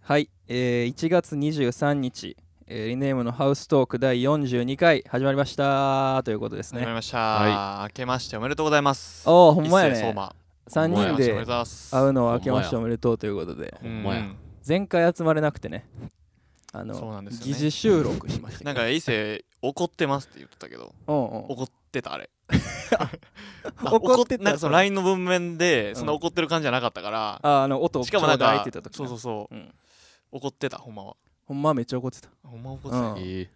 はい、えー1月23日、えーリネームのハウストーク第42回始まりましたということです始まりね。ました、は明けましておめでとうございますおお、ほんまや一斉相ね。馬3ほんまや人明けましておめでとうごでざいます会うのを明けましておめでとうということで、ほんまやう前回集まれなくてね、あそうなの、んですよね疑似収録しましたけど。なんか伊勢怒ってますって言ってたけどうんうん、怒ってたあれあ 怒ってたなんかその LINE の文面でそんな怒ってる感じじゃなかったから、ああの音しかもなんちょうど開いかてた時そうそううそう、ん怒ってたほんまはほんまめっちゃ怒ってた。ほんま怒ってた、うんあえ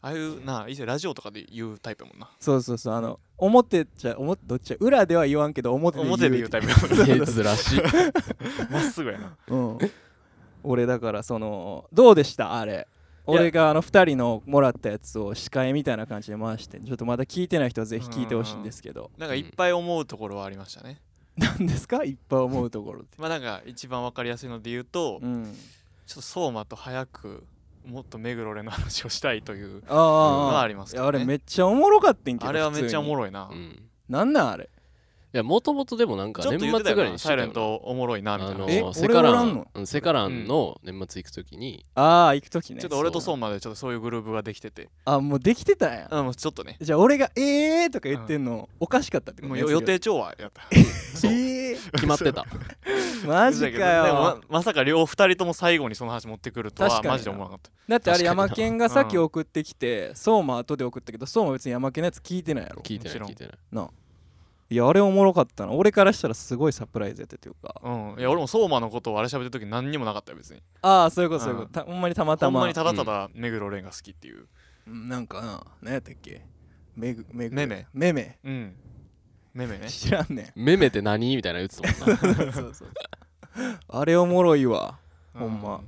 あいうな伊勢ラジオとかで言うタイプやもんなそうそうそう、あの、表っちゃ、表どっちや裏では言わんけど、表で言う。表で言うタイプやえらし い。もん まっすぐやなうん、俺だからそのどうでしたあれ俺があの2人のもらったやつを司会みたいな感じで回してちょっとまだ聞いてない人はぜひ聞いてほしいんですけどなんかいっぱい思うところはありましたね、何ですかいっぱい思うところって、まあなんか一番わかりやすいので言うと、うん、ちょっと相馬と早くもっと目黒連の話をしたいというああのあはああありますいけやど、ね、あれめっちゃおもろかったんけどあれはめっちゃおもろろいな、うん。いなんなんあれや、もともとでもなんかちょっと年言ってた末よぐならいにしてサたイレンよなトおもろいなみたあいな、えの、俺セカおらラんのン、うんセカランの年末行くときに、ああ行く時ねちょっと俺と相馬でちょっとそういうグループができててあもうできてたんやあもうちょっとねじゃあ俺が「えー」とか言ってんのおかしかったってこもとうねよ予定調和やった そうえー決まってた。 マジかでもよままさか両二人とも最後にその話持ってくるとは確かになマジで思わなかっだってあれ確かにな山県が先送ってきて相馬後で送ったけど相馬別に山県のやつ聞いてないやろ聞いてもちなろい、ん聞いてない。いやあれおもろかったな俺からしたらすごいサプライズやったというかたうんいや俺も相馬のことをあれ喋ってる時何にもなかったよ別にああそういうことうんそういうことたほんまにたまほたんままにただただ目黒連が好きっていううんなんかな何やったっけめぐめぐめめめめうんめめね知らん ねんめめって何みたいなの言ってたも んな。そうそうあれおもろいわほんうま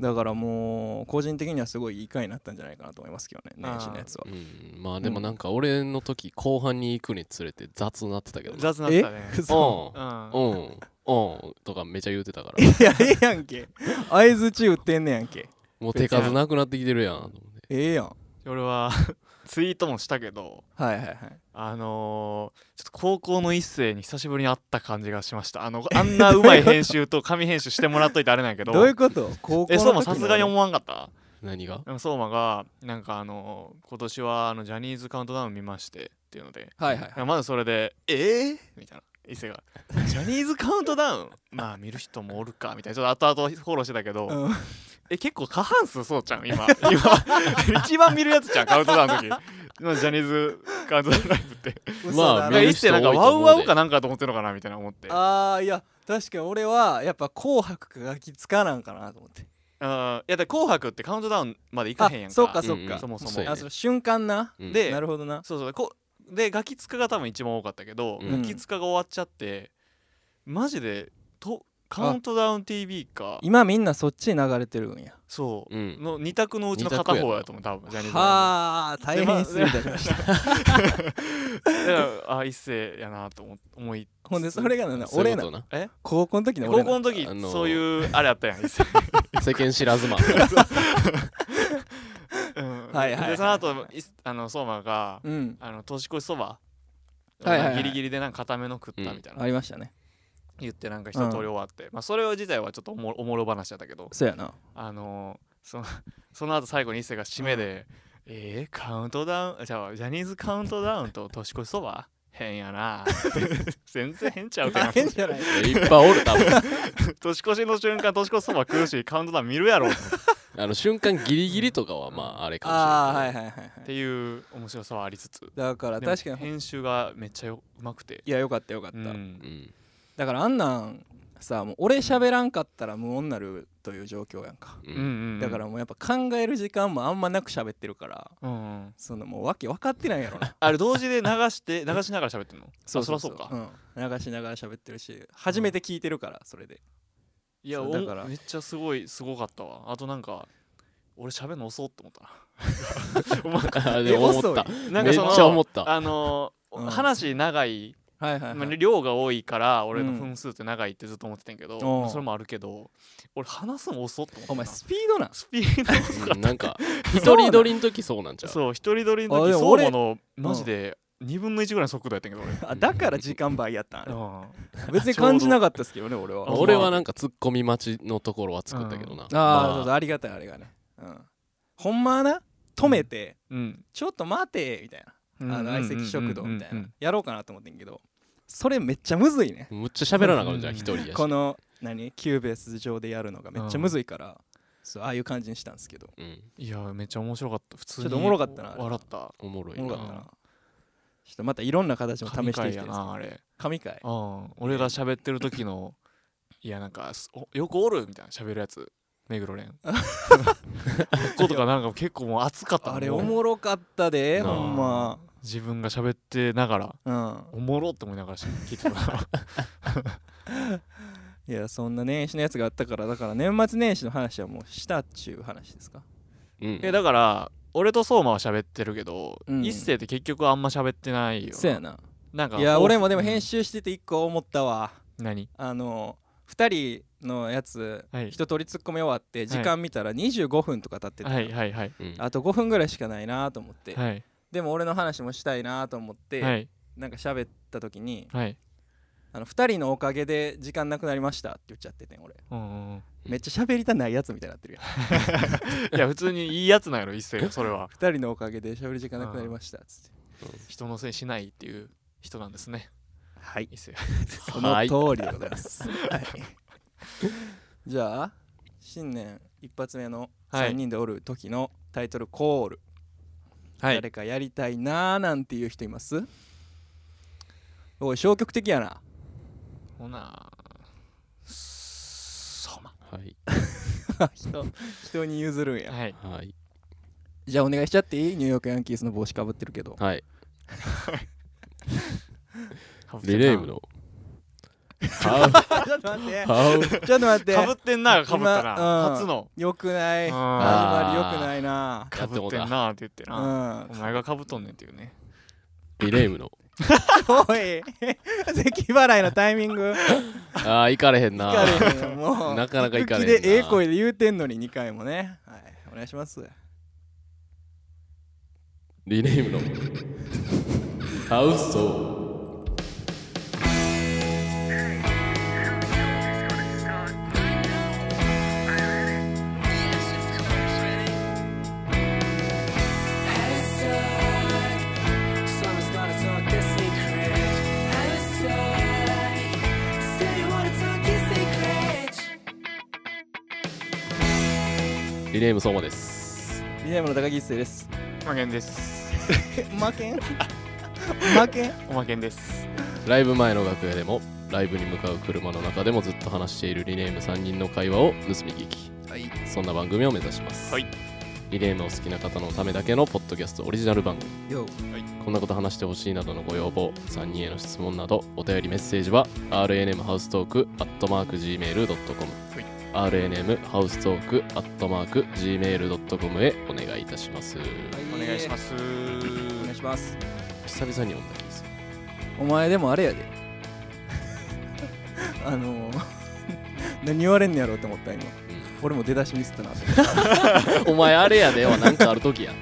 だからもう個人的にはすごいいい回になったんじゃないかなと思いますけどね年始のやつはうん。まあでもなんか俺の時後半に行くにつれて雑になってたけどな。雑なっえたね嘘ううんん。うん。うん。とかめっちゃ言ってたか ら。いやええやんけ相づち打ってんねやん けもう手数なくなってきてるやんと思って。ええやん俺は ツイートもしたけどはいはいはいあのー、ちょっと高校の一斉に久しぶりに会った感じがしましたあ のあんなうまい編集と紙編集してもらっといてあれなんやけどどういうこと高校えのそうま時のさすがに思わんかった何がでもそうまがなんかあのー今年はあのジャニーズカウントダウン見ましてっていうのではいはいまずそれで「えー?」みたいな伊勢が「ジャニーズカウントダウン まあ見る人もおるか」みたいなちょっと後々フォローしてたけど、うんえ結構過半数そうちゃん今今一番見るやつちゃんカウントダウンの時今ジャニーズカウントダウンライブって嘘だあな一見るって人なんか多いと思うでワウワウかなんかと思ってるのかなみたいな思ってあああいや確かに俺はやっぱ「紅白」がきつかなんかなと思ってあいやだから紅白ってカウントダウンまで行かへんやんあかそっかそっうんうか、んそもそもそうやあその瞬間な、うんでなるほどなそうそうこでガキつかが多分一番多かったけど、うんガキつかが終わっちゃってマジでとカウントダウン TV か今みんなそっちに流れてるんやそう、うんの2択のうちの片方やと思う多分ジャニーズカはあ大変失礼いたしま したウントダウンだからあ一世やなと思思いほんでそれがななそう俺いうこなとな。高校の時の俺な高校の時、あのーそういうあれあったやん一世世間知らずま。うんはいはいはいはいでその後いすあの相馬が、うんあの年越しそば、はいはいはいギリギリでなんか固めの食ったみたいな、ありましたね言ってなんか一通り終わって、まあそれ自体はちょっとおもおもろ話だったけどそうやなあのー、その その後最後に一世が締めで「えー、カウントダウンじゃあジャニーズカウントダウンと年越しそば 変やな」全然変ちゃうけど変じゃ ないいっぱいおる、多分。年越しの瞬間年越しそば食うしカウントダウン見るやろっあの瞬間ギリギリとかはまああれかもしれない。ああはいはいはいはいていう面白さはありつつだからでも確かに編集がめっちゃようまくていやよかったよかった、うんうん。だからあんなんさもう俺喋らんかったら無音になるという状況やんか、う。うんうんんだからもうやっぱ考える時間もあんまなく喋ってるからうんうんそのもう訳分かってないやろな あれ同時で流 して流しながら喋ってんのあそりゃそうかうん、流しながら喋ってるし初めて聞いてるからそれでいやそうおだからめっちゃすごいすごかったわあとなんか俺喋るの遅って思った なあ でも思った。なんめかっそのちゃ思った。あのーうん話長い、はいはい、まはあ、い、量が多いから俺の分数って長いってずっと思ってたんやけど、おうそれもあるけど俺話すの遅っと思っておんな前スピードなんスピード遅かうっんなんか、 そう一なん人撮りの時そうなんちたゃう。そう一人撮りのあで時も相俺馬のマジで2分の1ぐらいの速度やったんやけどあだから時間倍やったんあ れ俺、うん別に感じなかったですけどね俺はあ俺はなんかツッコミ待ちのところは作ったけどな、ああそうそうまあありがたいあれがね、うん、ほんまはな止めて、うん、ちょっと待てみたいなあの相席食堂みたいなやろうかなと思ってんけどそれめっちゃむずいねむっちゃ喋らなあかったじゃんうん一人やしこの何キューベース上でやるのがめっちゃむずいからそうああいう感じにしたんですけどうんいやめっちゃ面白かった普通にちょっとおもろかったなあれ笑ったおもろいおもろかなったなちょっとまたいろんな形も試して神いきたいで回すやねなあれ神回うん俺が喋ってる時のいやなんかすおよくおるみたいな喋るやつ目黒蓮こことかなんか結構もう熱かったもんあれもうおもろかったでなあほんま自分が喋ってながらうんおもろって思いながら聞いて たいやそんな年始のやつがあったからだから年末年始の話はもうしたっちゅう話ですかうんえだから俺と相馬は喋ってるけど、うん一世って結局あんま喋ってないよそうやななんかいやお俺もでもうん編集してて一個思ったわ、何あの2人のやつ、はい一通り突っ込み終わって時間見たら25分とか経ってて、はいはいはいうんあと5分ぐらいしかないなと思って、はいでも俺の話もしたいなと思って、はいなんか喋った時にはい「あの2人のおかげで時間なくなりました」って言っちゃってて俺うんうんうんめっちゃ喋りたないやつみたいになってるやんいや普通にいいやつなんやろ一世がそれは2人のおかげで喋る時間なくなりましたっつって人のせいにしないっていう人なんですねはい一世その通りでございます、はい、じゃあ新年一発目のはい3人でおる時のタイトルコール、は誰かやりたいなーなんていう人いますおい消極的やなほなそうまはい人人に譲るんやはいはいじゃあお願いしちゃっていいニューヨークヤンキースの帽子かぶってるけどはいリネー ムのハあちょっと待っウてハウちょっと待ってかぶってんなかぶったな今うん初のよくないうん始まりよくないなかぶってんなって言ってうな、んお前がかぶっとんねんっていうねリネームのおい咳払いのタイミングああ行かれへんな行かれへんよもうなかなか行かれへんな息でええ声で言うてんのに2回もねはいお願いしますリネームのハウスソーリネーム相馬ですリネームの高木一生ですおまけんですえ負けん負けんおまけんですライブ前の楽屋でもライブに向かう車の中でもずっと話しているリネーム3人の会話を盗み聞きはいそんな番組を目指します、はいリネームを好きな方のためだけのポッドキャストオリジナル番組よこんなこと話してほしいなどのご要望3人への質問などお便りメッセージは RNM ハウストークアットマーク Gmail.com RNM ハウストークアットマーク Gmail.com へお願いいたしますお願いしますすお願いします久々に読んだ気がするお前でもあれやであのー何言われんのやろうと思った今俺も出だしミスったなと思ってお前あれやではなんかある時や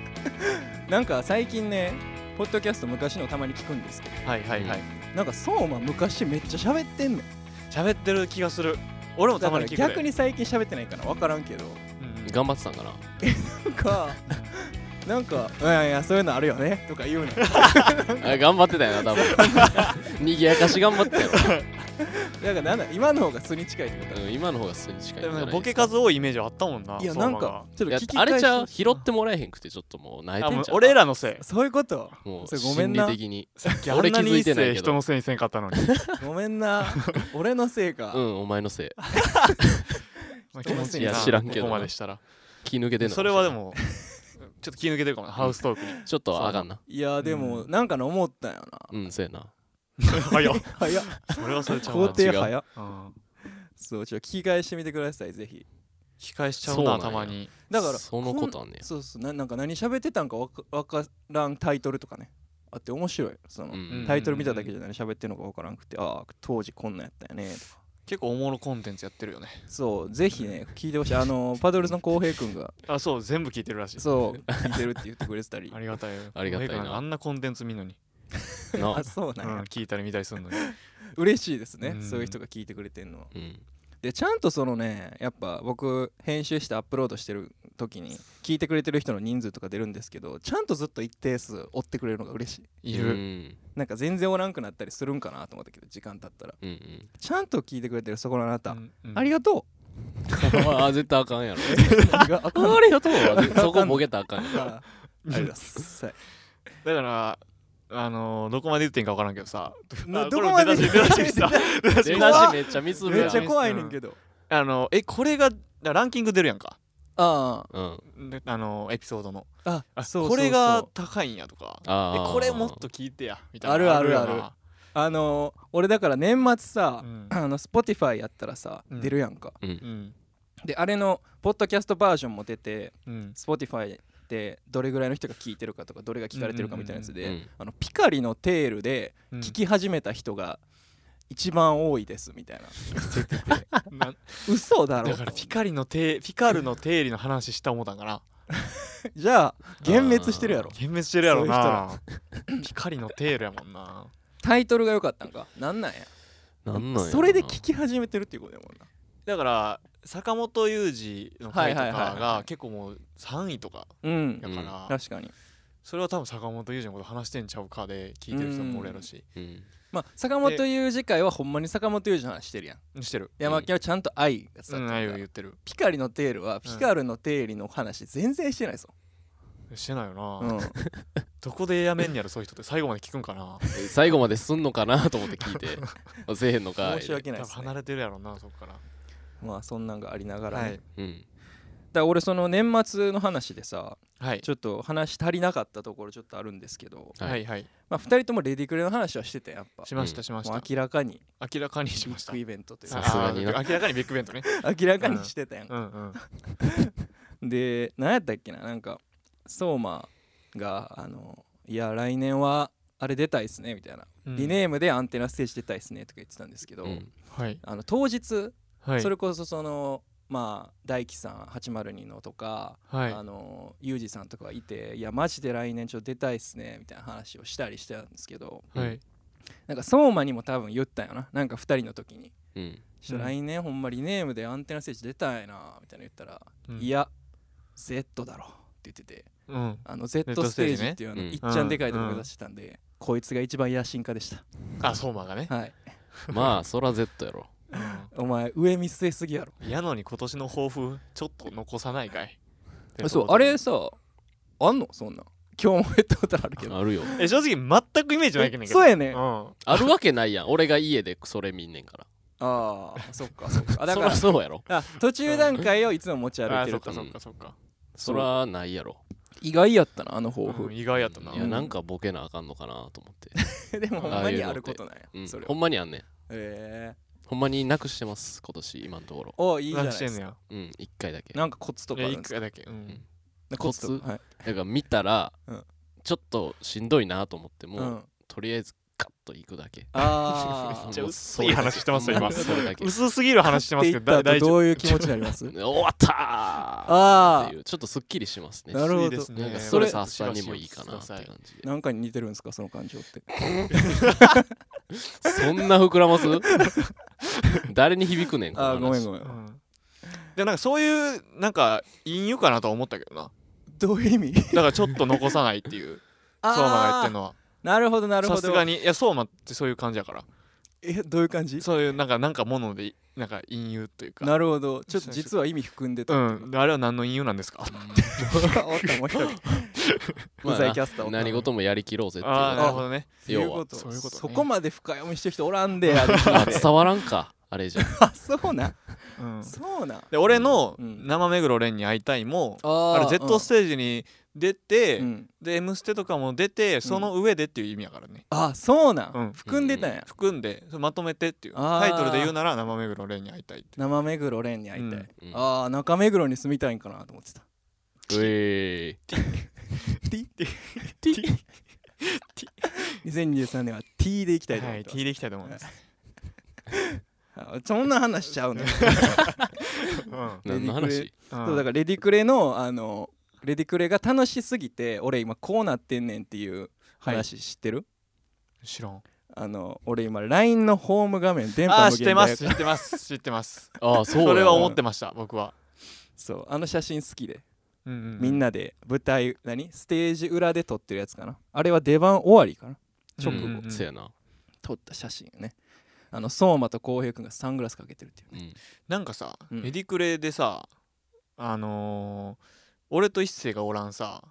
なんか最近ねポッドキャスト昔のたまに聞くんですけどはいはいはいなんか相馬昔めっちゃ喋ってんねん喋ってる気がする俺もただかまらに聞くで逆、に最近喋ってないから分からんけ どうん頑張ってたんかななんかなんか「いやいやそういうのあるよね」とか言うのあ頑張ってたよな多分にぎやかし頑張ってたよなんかなんだ今の方が素に近いってこうん今の方が数に近でいんじゃもなないんでかボすかケ数多いイメージあったもんないやなんかちょっといや聞きあ返しれちゃう拾ってもらえへんくてちょっともう泣い相馬がてあもんうちゃう俺らのせいそういうこともそうれごめん心な理的にさっきあ俺んな気づにいてないけど一世人のせいにせんかったのにごめん な俺のせいか、うんお前のせいまあ気持ちいいいなや知らんけどなここまでしたら気抜けてんのそれはでも ちょっと気抜けてるかもなハウストークにちょっとあかんないやでも、なんかの思ったよなうんそうやな早っ 早っそれはそれちゃう肯な定早っうんそうちょっと聞き返してみてくださいぜひ聞き返しちゃそううなんなやたまにだからそのことあんねやこそうそうななんか何喋ってたんかわかわからんタイトルとかねあって面白いその、うんタイトル見ただけじゃ何喋ってるのかわからんくてああ当時こんなんやったよねとか結構おもろコンテンツやってるよねそうぜひね聞いてほしいあのパドルズの浩平君 があそう全部聞いてるらしいそう聞いてるって言ってくれてたりありがたいよありがたいななんかあんなコンテンツ見んのに なあそううなんんや、聞いたり見たりするのに嬉しいですね、うんそういう人が聞いてくれてんのはうんでちゃんとそのねやっぱ僕編集してアップロードしてる時に聞いてくれてる人の人数とか出るんですけどちゃんとずっと一定数追ってくれるのが嬉しいいうるんなんか全然おらんくなったりするんかなと思ったけど時間経ったらうんうん ちゃんと聞いてくれてるそこのあなた、ありががとうあ絶対あかんやろありがとうありがとうはそこボケたら あかんやあろりがとうございますはいだからあのーどこまで言っていいんか分からんけどさもう あどこまでこれ出だし出だしさ 出だし出出なだしだ怖しめっちゃミスるめやっんちゃ怖いねんけどあのえこれがランキング出るやんかあうんであのエピソードのあああそうそうそうこれが高いんやとかえあーこれもっと聞いてやみたいなあるあるよなあのー俺だから年末さ、うんあの Spotify やったらさ、うん出るやんかうんうんであれのポッドキャストバージョンも出てうん、 Spotify でどれぐらいの人が聞いてるかとかどれが聞かれてるかみたいなやつで、うんあのピカリのテールでうん聞き始めた人が一番多いですみたいな、 な嘘だろだからピカリの定ピカルの定理の話した思ったんかなじゃあ幻滅してるやろ幻滅してるやろな ピカリのテールやもんなタイトルが良かったんかなんなんやなんなんやろなそれで聞き始めてるっていうことやもんなだから坂本雄二の回とかはいはいはいはがい結構もう3位とかうんやから、確かにそれは多分坂本雄二のこと話してんちゃうかで聞いてる人もおるやろし、うんまあ坂本雄二会はほんまに坂本雄二の話してるやんしてる山木はちゃんと愛がう伝わんっあてあいるうから言ってるピカリのテールはピカルのテールの話全然してないぞ、してないよな、うん、どこでやめんやろそういう人って最後まで聞くんかなえ最後まですんのかなと思って聞 いてあせえへんのかい申し訳ない多分です、離ね、れてるやろなそっから、まあそんなんがありながらね、はだいかうんら俺その年末の話でさはいちょっと話足りなかったところちょっとあるんですけど、はいはいはいまあ、2人ともレディクレの話はしててやっぱしましうんたしましもたう明らかに明らかにビしましッたグイベントというさかすがになあー明らかにビッグイベントね明らかにしてたやんうんうんで何やったっけななんか相馬があの「いや来年はあれ出たいっすね」みたいな、うんリネームでアンテナステージ出たいっすねとか言ってたんですけど、うんはいあの当日、はいそれこそそのまあ大輝さん802のとか、はいあのユージさんとかがいて「いやマジで来年ちょっと出たいっすね」みたいな話をしたりしてたんですけどはいなんか相馬にも多分言ったよななんか2人の時にうん「ちょうん来年ほんまリネームでアンテナステージ出たいな」みたいな言ったら「うんいや Z だろ」って言ってて。うんあの Z トスステテーージジねっていうあのうんいっちゃんでかいとこ目指してたんで、こいつが一番野心家でしたあ相馬がねはいまあそら Z やろうんお前上見据えすぎやろやのに今年の抱負ちょっと残さないかいそうあれさあんのそんなん今日もやったことあるけどあるよえ正直全くイメージないけどねんけどそうやねうんあるわけないやん俺が家でそれ見んねんからああそっかそっかあだそかららそうやろあ途中段階をいつも持ち歩いあてそるっとかそっかそっかそらないやろ意外やったなあの抱負、うん意外やったないやなんかボケなあかんのかなと思っ て、でもほんあまあいうにのってあることなんや、うんそれほはんまにあんねんへえほんまになくしてます今年今のところおいいじゃない何でしてんすねかやうん一回だけなんかコツとかあえるいんですかくらだっけうんコツコとかはい、だから見たら、うんちょっとしんどいなと思っても、うん、とりあえずカッと行くだけああめっちゃもう薄い話してますよ今それ だけそれだけ薄すぎる話してますけどだって言った後大丈ど夫ういう気持ちになり ます終わったーあっていうちょっとすっきりしますねなるほどいいですねなんかスそトれレス発散にもいいかなって感じでなんかに似てるんですかその感情ってそんな膨らます誰に響くねんこのあ話ーごめんごめうんんでもなんかそういうなんかいいんかなとは思ったけどなどういう意味だからちょっと残さないっていう あ相馬が言ってんのはなるほどなるほさどすがにいや相馬ってそういう感じやからえどういう感じそういうなんかなんかものでなんか隠喩というかなるほどちょっと実は意味含んでたうっていう、んあれは何の隠喩なんですかおったもう一人まあうざいキャスターおった何事もやりきろうぜってい うああなるほどねねそういう要こはとそういうことねそこまで深読みしてる人おらんでやる あ伝わらんかあれじゃんあそうなんうんそうなんで俺のうん生目黒蓮に会いたいもああれ Z ステージに出てうんうんで「M ステ」とかも出てその上でっていう意味やからねあそうなん、うん含んでたんや、含んでそれまとめてっていうあータイトルで言うなら生目黒蓮に会いたいって生目黒蓮に会いたい、うんああ中目黒に住みたいんかなと思ってたうえー2023年は T で行きたいとは思っいて T でいきたいと思います ます、あそんな話しちゃう ねうん何のレディ話そうだからレディクレのあのレディクレが楽しすぎて俺今こうなってんねんっていう話知ってる、知らんあの俺今 LINE のホーム画面電波あ無あー限知っでてます知ってます知ってますああそうそれは思っってました僕は、そうあの写真好きで、うんうんうん、みんなで舞台何ステージ裏で撮ってるやつかなあれは出番終わりかな直後、うんうんうんせやな、撮った写真ねあの相馬と浩平君がサングラスかけてるっていううん、なんかさ、うんエディクレでさあのー俺と一星がおらんさ、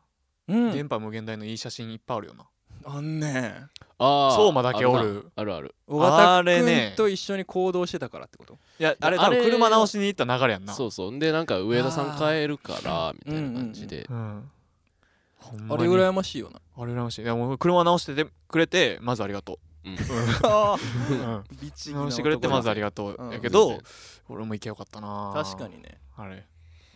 うん電波無限大のいい写真いっぱいあるよなあんねああ相馬だけおるあるなある小型あれね君と一緒に行動してたからってこといやあれあ多れ分車直しに行った流れやんあるなそうそうでなんか上田さん帰るからみたいな感じで、うんほんまあにれ羨ましいよ なあれ羨ましいいやもう車直しててくれてまずありがとうんう、うん、ビチ直してくれてまずありががとう、うんやけ全ど然俺も行けよかったな確かにねあれ、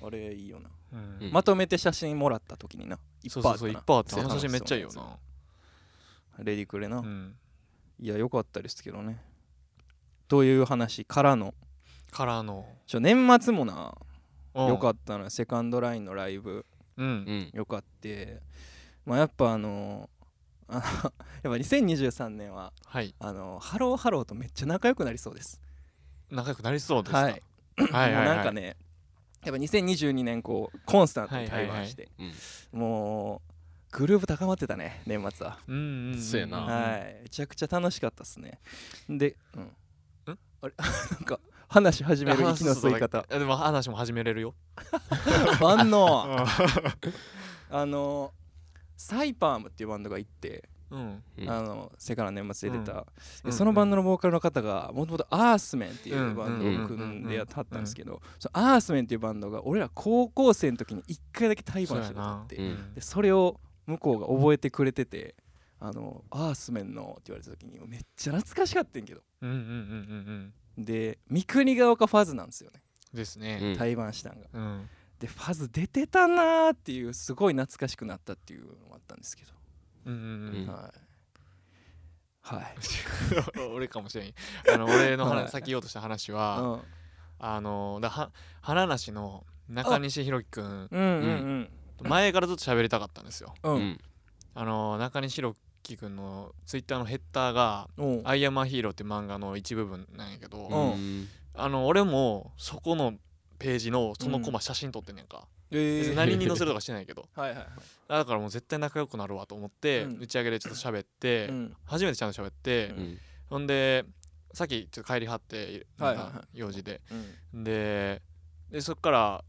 あれいいよな、うんうんまとめて写真もらった時にな一そうパーそうあったそういっなぱいあったそうあの写真めっちゃいいよそうなレディクレな、うんいや良かったですけどねという話からのからのちょ年末もな良かっったなセカンドラインのライブたうんうん良かってまあやっぱあのあの やっぱ2023年ははいあのハローハローとめっちゃ仲良くなりそうです仲良くなりそうですか、はいはいはいはい、なんかねやっぱ2022年こうコンスタントに対話して、うんもうグループ高まってたね年末は、うんうんうんうんそうやなはいめちゃくちゃ楽しかったっすねで、うん、んあれ なんか話始めるあ息の吸いそう方そうでも話も始めれるよ あんう のあのサイパームっていうバンドが行って、んうんあのセカの年末で出た、でうんそのバンドのボーカルの方がもともとアースメンっていうバンドを組んでやったんですけど、そのアースメンっていうバンドが俺ら高校生の時に1回だけ対バンしてたことあってそうやなでそれを向こうが覚えてくれてて「あのアースメンの」って言われた時にめっちゃ懐かしかったんけどうんうんうんうんで三国が丘ファズなんですよねうんですうねん対バンしたんがうんでファズ出てたなーっていうすごい懐かしくなったっていうのもあったんですけど、うんうんうんうんはいはい、 俺かもしれんあの俺のはい話先言おうとした話はうんあのだは花梨の中西弘樹くんうんうん前からずっと喋りたかったんですようんううんんあの中西弘樹くんのツイッターのヘッダーがお「うアイアマヒーロー」って漫画の一部分なんやけど、うんうんあの俺もそこのページのそのコマ写真撮ってんねんか、え別にー、何に載せるとかしてないけどはいはい、だからもう絶対仲良くなるわと思って、うん打ち上げでちょっと喋って、うん、初めてちゃんと喋って、ううんほんでさっきちょっと帰りはって、はいはいは用事でうんででそっから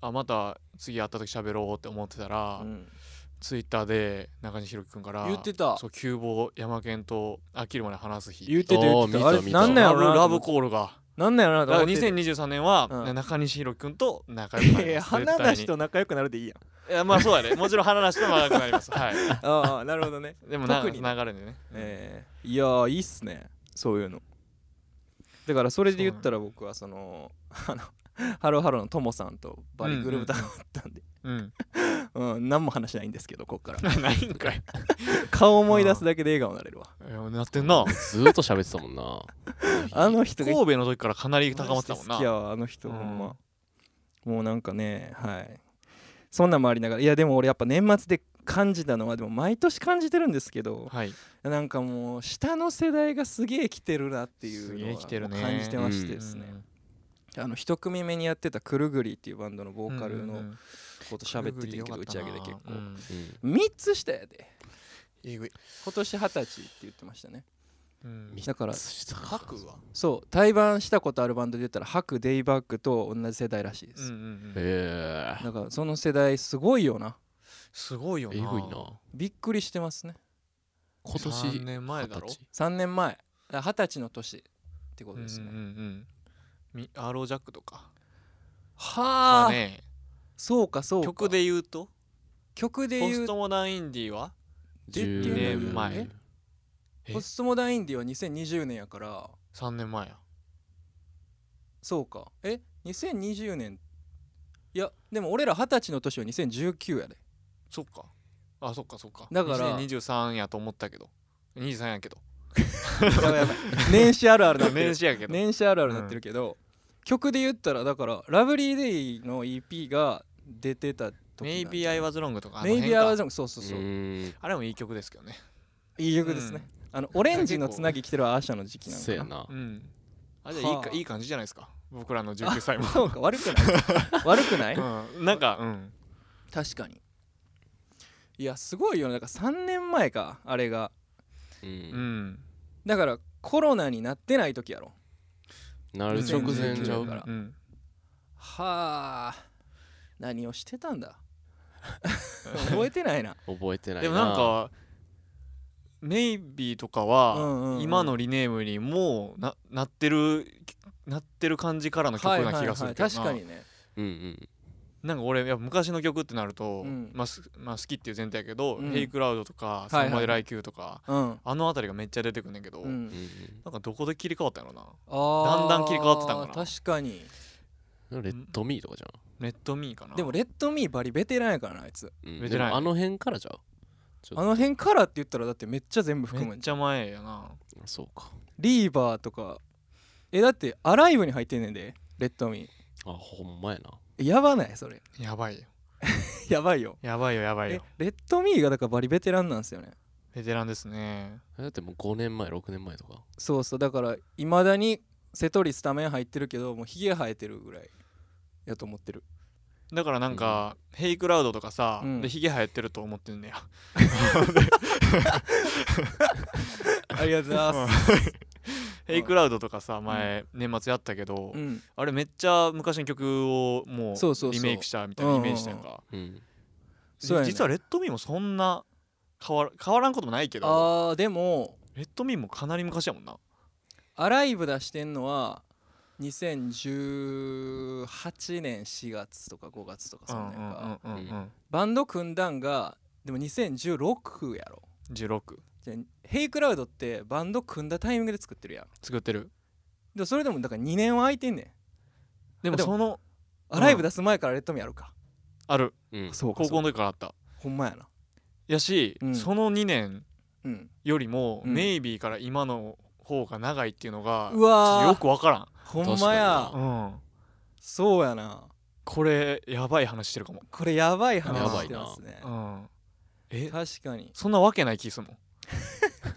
あまた次会った時喋ろうって思ってたら、うんツイッターで中西宏樹くんから言ってたそう急募山県と飽きるまで話す日言ってた言ってたあー見たあれ見たなんなんやろなラブコールが なんなんやろなだとか思らってて2023年は、うん中西宏樹くんと 仲良くなりいまやす花絶対出にしと仲良くなるで いいやんいやまあそうやねもちろん花梨とも仲良くなりますはいああなるほどね でもな特流にねれでねえーいやーいいっすねそういうのだからそれで言ったら僕はその あのハローハローのともさんとバリグループだったんで、うん うん何も話しないんですけどこっからないんかい顔思い出すだけで笑顔になれるわいやなってんなずーっと喋ってたもんな あの人が神戸の時からかなり高まってたもんマジで好きやなわあの人うんほんまもうなんかねはいそんなんもありながらいやでも俺やっぱ年末で感じたのはでも毎年感じてるんですけどはいなんかもう下の世代がすげえ来てるなっていうすげえ来てのるをね感じてましてですね、あの一組目にやってたくるぐりっていうバンドのボうんーカルうんうのんこと喋っててんけど打ち上げで結構うんうん3つしたやでえぐい今年二十歳って言ってましたねうんだからした書くわそう対バンしたことあるバンドで言ったらハクデイバックと同じ世代らしいでうんうす、んうんええだからその世代すごいよなすごいよえぐないなびっくりしてますね今年3年前だろ二十歳3年前だから二十歳の年ってこうとんうんうですね、んみアーロージャックとかはかあ、ねそうかそうか曲で言うと曲でポ言スうトモダンインディーは10年前ええポストモダンインディは2020年やから3年前やそうかえ2020年いやでも俺ら二十歳の年は2019やで そっかあそっかそっかだから2023やと思ったけど23やけ どやばいやばい年始あるあるなってる年始やけど年始あるあるなってるけど、曲で言ったらだからラブリーデイの EP が出てた時なんじ Maybe ゃ I ない was wrong とかあの Maybe 辺 I か was wrong そうそうそう、ーんあれもいい曲ですけどねいい曲ですね、あのオレンジのつなぎ着てるアーシャの時期なのせやかななうんあじゃあいいはかあいい感じじゃないですか僕らの19歳 もそうか悪 くない悪くないうんなんかうん確かにいやすごいよねだから3年前かあれがううんんだからコロナになってない時やろなる直前全ちゃ然うだからうんはあ何をしてたん だ覚えてないな覚えてないなでもなんかネイビーとかは今のリネームにもうななってるなってる感じからの曲な気がするけどな確かにねうんうんなんか俺やっぱ昔の曲ってなると、うんまあすまあ、好きっていう前提やけど「うんヘイクラウド」とはか「いはいサンバイライキュー」とか、うん、あの辺りがめっちゃ出てくんねんけど、ううんん、うんなんかどこで切り替わったんやろなあーだんだん切り替わってたんかな確かにレッドミーとかじネットミーかなでもレッドミーバリベテランやからなあいつゃん、うん、ベテランでもあの辺からじゃうちょっとあの辺からって言ったらだってめっちゃ全部含めむっんちゃ前やなそうかリーバーとかえだってアライブに入ってんねんでレッドミあほんまやなーやばないそれ やばいよやばいよやばいよやばいえよレッドミーがだからバリベテランなんですよねベテランですねだってもう5年前6年前とかそうそうだからいまだに瀬戸リスタメン入ってるけどもうヒゲ生えてるぐらいやと思ってるだからなんか、ヘイクラウドとかさ、うんでヒゲ生えてると思ってんねやありがとうございます ヘイクラウドとかさ前、年末やったけど、うんあれめっちゃ昔の曲をもそうそうそうリメイクしたみたいなイメージしたやんか、うんそうやね実はレッドミーもそんな変わら変わらんこともないけどあーでもレッドミーもかなり昔やもんなアライブ出してんのは2018年4月とか5月とかそうんんなんか、うんうんうんうんバンド組んだんがでも2016やろ16じゃあヘイクラウドってバンド組んだタイミングで作ってるやん作ってるでそれでもだから2年は空いてんねんでもでもそのアライブ出す前からレッドミやるか、あるうんそうかそ高うか校の時からあったほんまやなやし、うんその2年うんよりも、うんメイビーから今の方が長いっていうのがうわーちょっとよくわかほんまや確らん、うん、そうやなこれやばい話してるかも、これやばいや話ばしいてなますねうん、え確かにそんなわけない気 すんもん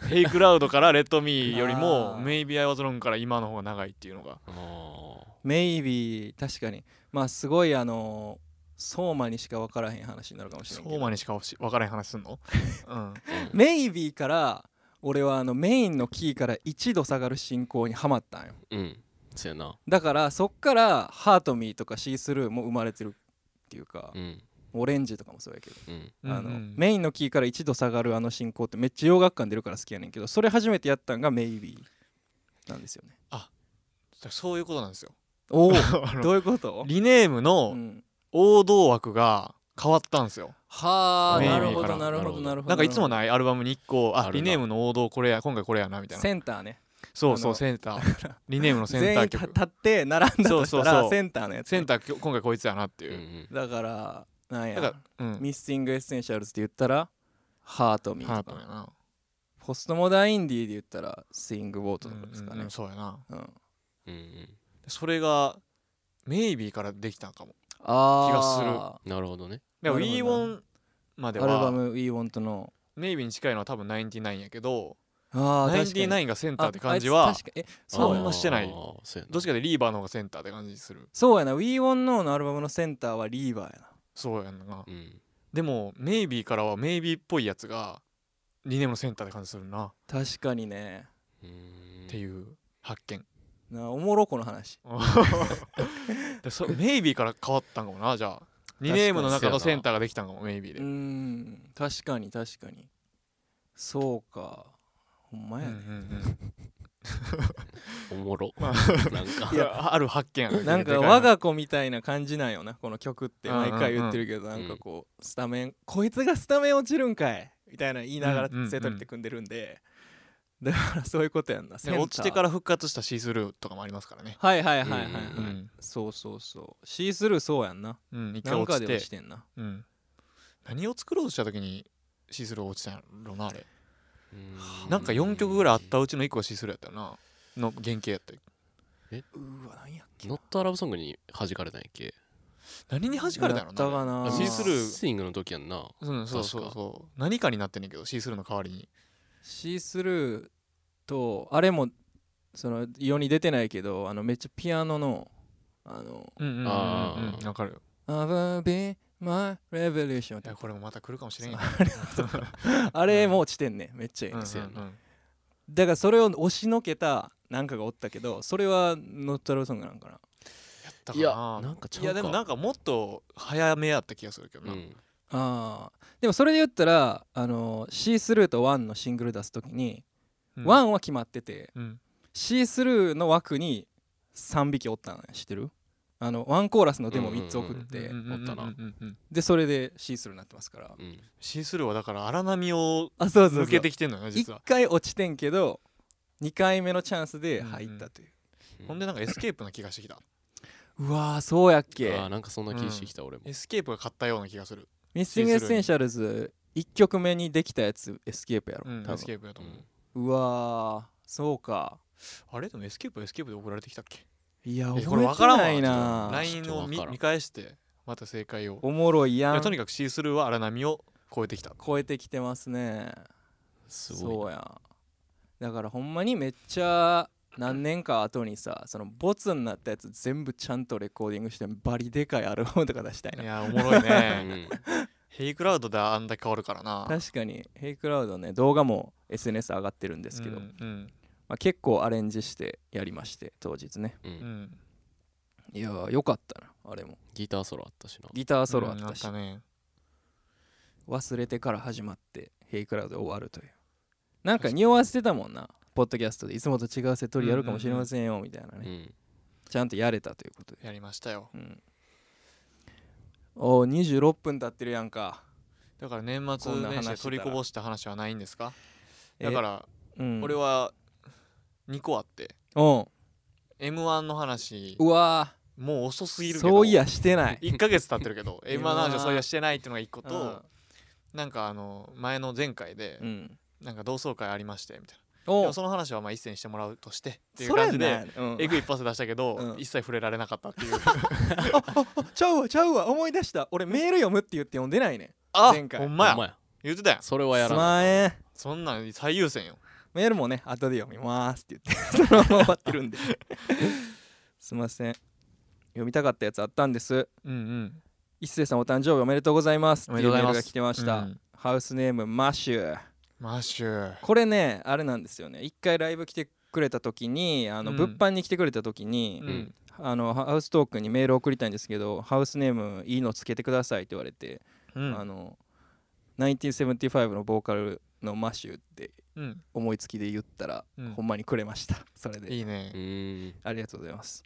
ヘイクラウドからレッドミーよりあもーメイビーアイワズロンから今の方が長いっていうのがああメイビー確かにまあすごいあの相馬にしか分からへん話になるかもしれない相馬にしかわしわからへん話す んの、うん、メイビーから俺はあのメインのキーから1度下がる進行にはまったんようんそうやなだからそっから「ハートミー」とか「シースルー」も生まれてるっていうかうんオレンジとかもそうやけどうんあうのんメインのキーから1度下がるあの進行ってめっちゃ洋楽館出るから好きやねんけどそれ初めてやったんがメイビーなんですよねそういうことなんですよおお あのどういうことリネームうのん王道枠が変わったんですよ、はあメイビーなるほかどらなるほどなるほどなんかいつもなないアルバムに1個ああるなリネームの王道これや今回これやなみたいなセンターねそうあそうのセンター リネームのセン全タ員ー立曲って並んだそとうそしうたそうらセンターのやつセンターきょ今回こいつやなってういんうう、んだからなんなんやかうんミスティングエッセンシャルズって言ったらハートミーハーとトやかなポストモダンインディーで言ったらスイングウォートとかですかうんうねんそうやなうんうんうんそれがメイビーからできたんかもあー気がなるほどねでもな w るほ e ど w o n までアルバはム「We Want」のメイビーに近いのは多分99やけどあー確かに99がセンターって感じああはいつ確かえそそううあんやましてないあーそうやなどっちかでリーバーの方がセンターって感じするそうやな「We Want No」のアルバムのセンターはリーバーやなそうやんなうんでもメイビーからはメイビーっぽいやつがリネームのセンターって感じするな確かにねうーんっていう発見なおもろこの話でそメイビーから変わったんかもなじゃあにニネームの中のセンターができたんかもメイビーうで、ーん確かに確かにそうかほんまやうんうねんおもろまなんかうん、いやある発見や なんか我が子みたいな感じなんよなこの曲って毎回言ってるけどんなうんんかこうスタメンこいつがスタメン落ちるんかいみたいな言いながらうんうんうんセトリって組んでるんでだからそういうことやんなセンねター落ちてから復活したシースルーとかもありますからねはいはいはいはいはうんいそうそうそうシースルーそうやんなうんうん一な回ん落かちでて落ちてんなうん、何を作ろうとした時にシースルー落ちたんやろなあれうーなんか4曲ぐらいあったうちの1個がシースルーやったよなの原型やったうーわなんやっけノットアラブソングに弾かれたんやっけ何に弾かれたんやろったかななシースルースイングの時やんなうんそうそう確そう何かになってんねんけどシースルーの代わりにシースルーとあれもその世に出てないけどあのめっちゃピアノのあのうんうんうんうんあーわかるよ「I'll be my revolution っいてや」これもまた来るかもしれんよあれも落ちてんねめっちゃいい、うんうんうんそうやなだからそれを押しのけたなんかがおったけどそれはノットラブソングなんかなだかいらやななんかちゃうかいやでもなんかもっと早めやった気がするけどうな、んあーでもそれで言ったらあのシースルーとワンのシングル出す時に、うんワンは決まっててうんシースルーの枠に3匹おったん知ってるあのワンコーラスのデモ3つ送って、うんうんうんうんおったなうんうんでそれでシースルーになってますからうんシースルーはだから荒波をあそうそう抜そけうてきてんのよ実1は、回落ちてんけど2回目のチャンスで入ったという、うんほんでなんかエスケープな気がしてきたうわーそうやっけあーなんかそんな気してきた俺もエスケープが勝ったような気がするミッシングエッセンシャルズ1曲目にできたやつエスケープやろ、うん多エス分ケープやと思う、うわーそうかあれでもエスケープはエスケープで送られてきたっけいやえ覚これえ分てからんわないちょっとなライン LINE を見ちょっと分からん見返してまた正解をおもろいやいやんとにかくシースルーは荒波を超えてきた超えてきてますねすそごうやんだからほんまにめっちゃ何年か後にさそのボツになったやつ全部ちゃんとレコーディングしてバリでかいアルバムとか出したいないやおもろい いねうんヘイクラウドであんだけ変わるからな確かにヘイクラウドね動画も SNS 上がってるんですけど、うんうんまあ、結構アレンジしてやりまして当日ね ううんんいやーよかったなあれもギターソロあったしなギターソロあったし、うんなんかね忘れてから始まってヘイクラウド終わるというなんか匂わせてたもんなポッドキャストでいつもと違うセトリやるかもしれませんよみたいなね、うんちゃんとやれたということで、やりましたようん、おお26分経ってるやんかだから年末こんな話して年始でたら取りこぼした話はないんですかえだからうん俺は2個あってうん m 1の話うわもう遅すぎーるけどそういやしてない1ヶ月経ってる けど M1 M1 の話はそういやしてないっていうのが1個となんかあの前の前回でうんなんか同窓会ありましてみたいなでおもうその話はまあ一斉にしてもらうとしてっていうそれ感じやでねうんエグ一発出したけどうん一切触れられなかったっ ていうあああちゃうわちゃうわ思い出した俺メール読むって言って読んでないねあ前回ほんほまんまやや言ってたやんそれはやすらんまへんそんなん最優先よメールもね後で読みますって言って そのまま終わってるんで すいません読みたかったやつあったんですうんうん一星さんお誕生日おめでとうございますおめでとうございますっていうメールが来てました、うんハウスネームマッシュマッシュこれねあれなんですよね一回ライブ来てくれた時にあの、うん物販に来てくれた時に、うんあのハウストークにメール送りたいんですけどハウスネームいいのつけてくださいって言われて、うんあの1975のボーカルのマッシュってうん思いつきで言ったら、うんほんまにくれましたそれでいいうねんありがとうございます。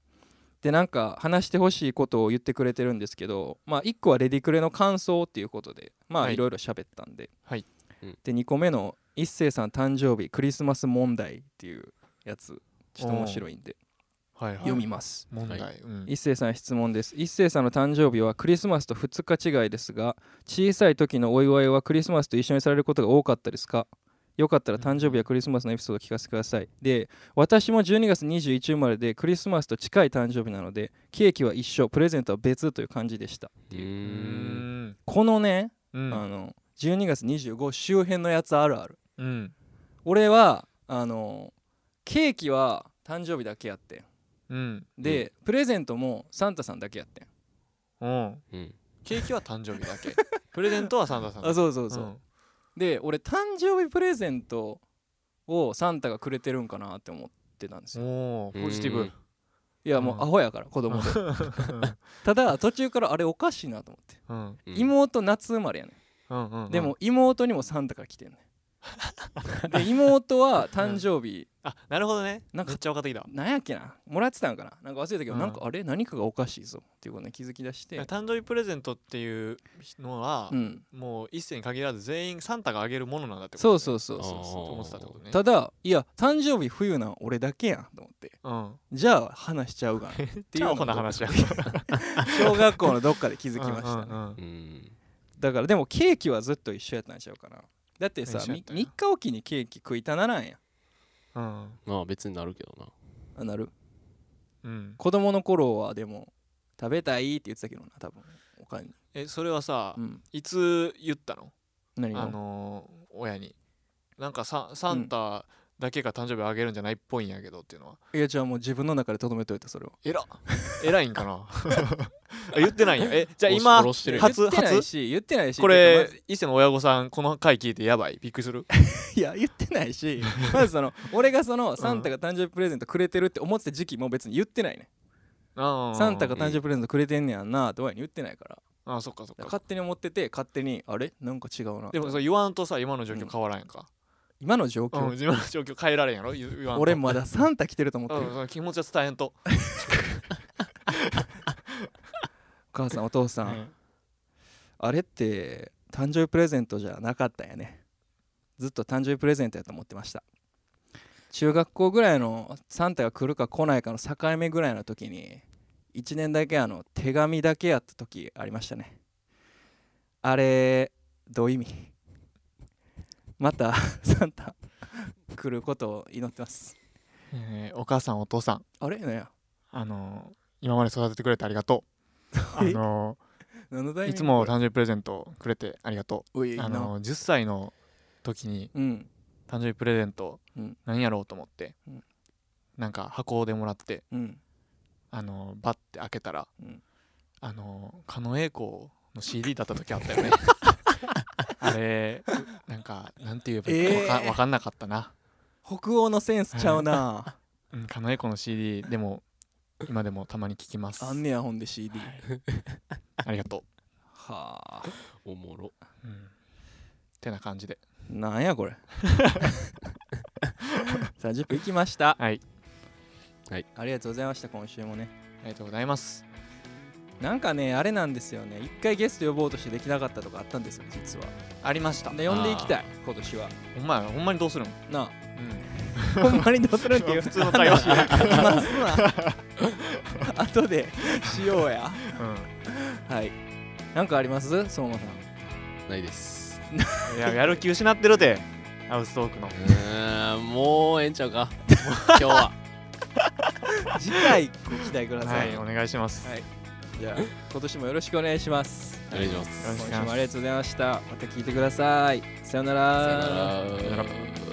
でなんか話してほしいことを言ってくれてるんですけど、まあ、1個はレディクレの感想っていうことでまはあいいろいろ喋ったんで、はいうんで2個目の「一星さん誕生日クリスマス問題」っていうやつちょっと面白いんではいはい読みます。問は題うん一星さん質問です一星さんの誕生日はクリスマスと2日違いですが小さい時のお祝いはクリスマスと一緒にされることが多かったですかよかったら誕生日やクリスマスのエピソードを聞かせてくださいで私も12月21生まれでクリスマスと近い誕生日なのでケーキは一緒プレゼントは別という感じでしたううんんこのね、うあんの12月25周辺のやつあるあるうん俺はあのケーキは誕生日だけやってんうんで、プレゼントもサンタさんだけやってんうんうんケーキは誕生日だ けプレゼントはサンタさんあそうそうそう、んで俺誕生日プレゼントをサンタがくれてるんかなって思ってたんですよおーポジティうブんいやもううんアホやから子 供でただ途中からあれおかしいなと思ってうんうん妹夏生まれやねうんうんうんんでも妹にもサンタから来て んねんで妹は誕生日あなるほどねなんかめっちゃ分かってきたなんやっけなもらってたんかななんか忘れたけどうんなんかあれ何かがおかしいぞっていうことに気づき出して誕生日プレゼントっていうのはうんもう一斉に限らず全員サンタがあげるものなんだってことそねうそうそうあーそそう思ってたってことねうただいや誕生日冬なん俺だけやんと思ってうんじゃあ話しちゃ うかなっていう超アのホがな話や 小学校のどっかで気づきましたね、うんうんうんうんだからでもケーキはずっと一緒やったんちゃうかなだってさ一緒やっみたよ3日おきにケーキ食いたならんやんうんまあ別になるけどなあなるうん子供の頃はでも食べたいって言ってたけどな多分おかんにえそれはさうんいつ言ったの何あがのー親になんかササンタだけが誕生日あげるんじゃないっぽいんやけどっていうのは、いやじゃあもう自分の中でとどめといてそれをえら偉いん かなあ言ってないんやえじゃあ押し今殺してるやん初言ってない初し言ってないしこま れず伊勢の親御さんこの回聞いてやばいびっく りするいや言ってないしまずその 俺がそのサンタが誕生日プレゼントくれてるって思ってた時期も別に言ってないねササンタが誕生日プレゼントくれてんねやんなとは言ってないからあーそっかそっか勝手に思ってて勝手にあれなんか違うなでもそう言わんとさ今の状況変わらんやんか、今の状うん、況自分の状況変えられんやろ言言わんと俺まだサンタ来てると思ってうんるその気持ちは伝えんと、お母さんお父さうんんあれって誕生日プレゼントじゃなかったんやねずっと誕生日プレゼントやと思ってました中学校ぐらいのサンタが来るか来ないかの境目ぐらいの時に1年だけあの手紙だけやった時ありましたねあれどういう意味またサンタ来ることを祈ってますえーお母さんお父さんあれなんやあのー今まで育ててくれてありがとうあの何のタイミングーいつも誕生日プレゼントくれてありがとおいうなあのー10歳の時にうん誕生日プレゼントうん何やろうと思って、うんなんか箱でもらってうんあのーバッて開けたら、うんあのー狩野英孝の CD だった時あっ たよねあれなんかなんて言えばいいかわか,、えーわかんなかったな、北欧のセンスちゃうなうん、狩野英孝の CD でも今でもたまに聞きま すあんねやほんで CD はありがとあおもろう、うん、ってな感じでなんやこれ 30分いきましたはいありがとうございました今週もねありがとうございますなんかねあれなんですよね一回ゲスト呼ぼうとしてできなかったとかあったんですよ実はありましたで呼んでいきたい今年はほんまやほんまにどうするん、な あうほんまにどうするっていん、う普通の会話し や、話すな 後でしようやはいなんかあります相馬さんない ですうん、いややる気失ってるてハウストークのうーんもうええんちゃ うか今日は次回ご期待くだはさい、いお願いします、はいじゃあ今年もよろしくお願いしますお願いしますよろ今しくお願いします週もありがとうございましたまた聞いてくださいさようならさよなら